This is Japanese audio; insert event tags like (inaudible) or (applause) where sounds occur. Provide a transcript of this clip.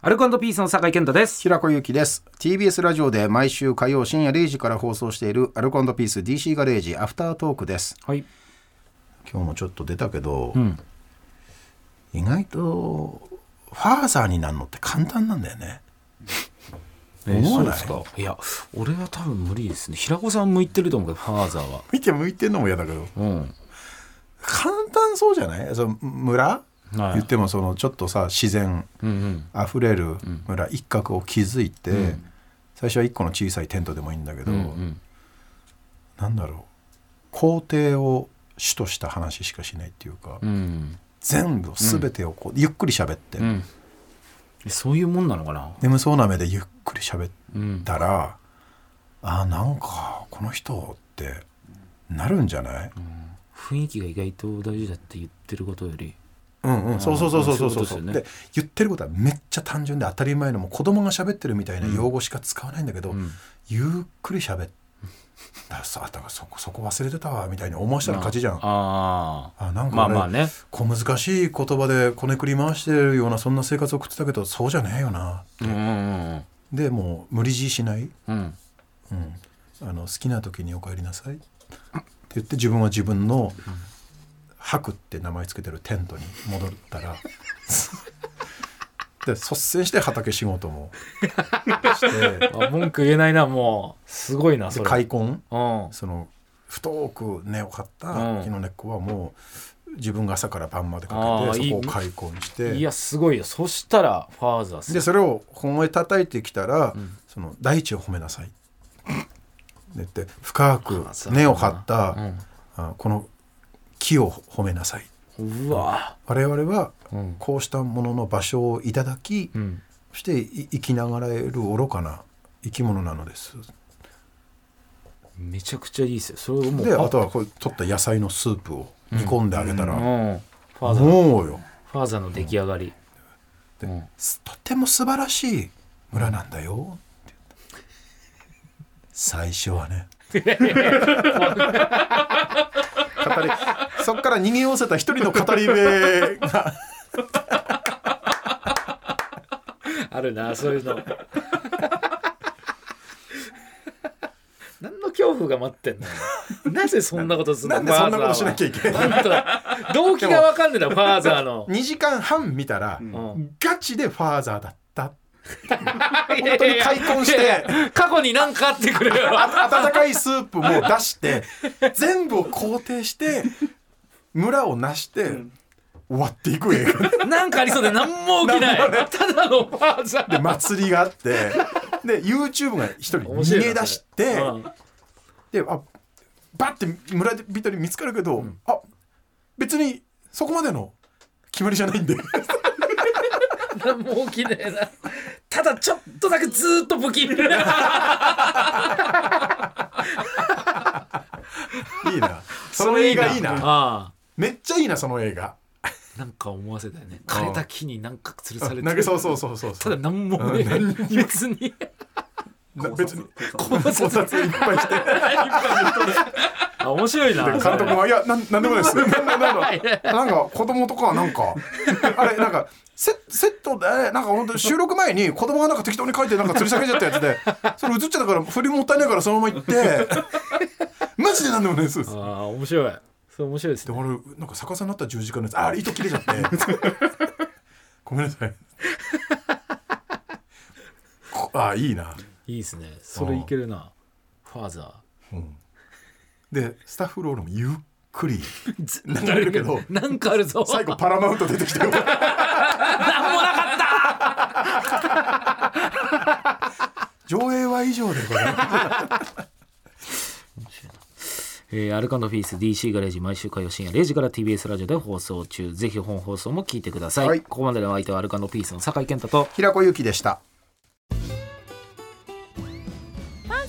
アルコピースの酒井健太です。平子ゆきです TBS ラジオで毎週火曜深夜0時から放送しているアルコピース DC ガレージアフタートークですはい。今日もちょっと出たけど、うん。意外とファーザーになるのって簡単なんだよね思わないそうですか。いや、俺は多分無理ですね。平子さん向いてると思うけど、ファーザーは。見て向いてんのも嫌だけどうん。簡単そうじゃないその村、はい言ってもそのちょっとさ自然うんうん。あふれる村、一角を築いて、最初は一個の小さいテントでもいいんだけど、うんうん。なんだろう皇帝を主とした話しかしないっていうか、うん。全部全てをこう、ゆっくり喋って、うん。えそういうもんなのかな。眠そうな目でゆっくり喋っうん。たら、あーなんかこの人ってなるんじゃない、雰囲気が意外と大事だって言ってることより。うんうん、そうそうそうそうそうそうそういうことですよねで言ってることはめっちゃ単純で当たり前のもう子供が喋ってるみたいな用語しか使わないんだけど、うん。ゆっくり喋ったらさだからそこそこ忘れてたわみたいに思わしたら勝ちじゃん、ああなんあ。かまあ俺まあね。小難しい言葉でこねくり回してるようなそんな生活を送ってたけどそうじゃねえよなうんうんでもう無理強いしない、うん。うん。うん、あの好きな時にお帰りなさいって言って自分は自分の「白」って名前つけてるテントに戻ったら (laughs) で率先して畑仕事もしてあ文句言えないな、もう。すごいな、でそれ。開墾うん。その太く根を張ったうん木の根っこはもう自分が朝から晩までかあーけていいそこを開墾していや、すごいよ。そしたら、ファーザーでそれを褒め叩いてきたら、んその大地を褒めなさい。でって深くあそう根を張った、うんあこの木を褒めなさい。うわ我々はうんこうしたものの場所をいただき、うんそしてい生きながらえる愚かな生き物なのです。めちゃくちゃいいですよそれをもうでパッあとはこれ取った野菜のスープを煮込んであげたら、うんファーザーのもうよ。ファーザーの出来上がりでうんすとても素晴らしい村なんだよって言った最初はね (laughs) 語りそっから逃げ寄せた一人の語り部があるなそういうの何の恐怖が待ってんのなぜそんなことするのなんでそんなことしなきゃいいけないけない動機が分かんねえなファーザーの2時間半見たら、んガチでファーザーだった本当に開墾して過去に何かあってくれよ温かいスープも出して全部を肯定して村をなして、終わっていく映画なんかありそうで何も起き (laughs) ないただのファーザーで祭りがあってで YouTube が一人面白い逃なげ出して、うんであバッて村人に見つかるけど、あ別にそこまでの決まりじゃないんで何も起きねえなただちょっとだけずーっと不気味ないい (laughs) なその映画いいなあめっちゃいいなその映画あなんか思わせたよね枯れた木になんか吊るされてなんかそうそうそうそうたそだう何もね別 (laughs) にな別に考察考察いっぱいしてあ面白いな監督も「いやなんなんでもない (laughs) です」なんかなんかなんか子供とかはなんか (laughs) あれなんかセセットでなんか本当収録前に子供がなんか適当に書いてなんか吊り下げちゃったやつ (laughs) でそれ映っちゃったから振りもったいないからそのまま行って (laughs) マジでなんでもないです。ああ面白いそれ面白いですでね俺なんか逆さになった十字架のやつあれ糸切れちゃって (laughs) ごめんなさいこあいいな、いいですねそれいけるなファーザうんでスタッフロールもゆっくりー流れるけど (laughs) なんかあるぞ最後パラマウント出てきたよ何もなかった上映は以上でございます (laughs) えーアルカンドフィース DC ガレージ毎週火曜深夜0時から TBS ラジオで放送中ぜひ本放送も聞いてください、はいここまでのお相手はアルカンドフィースの酒井健太と平子ゆきでしたパン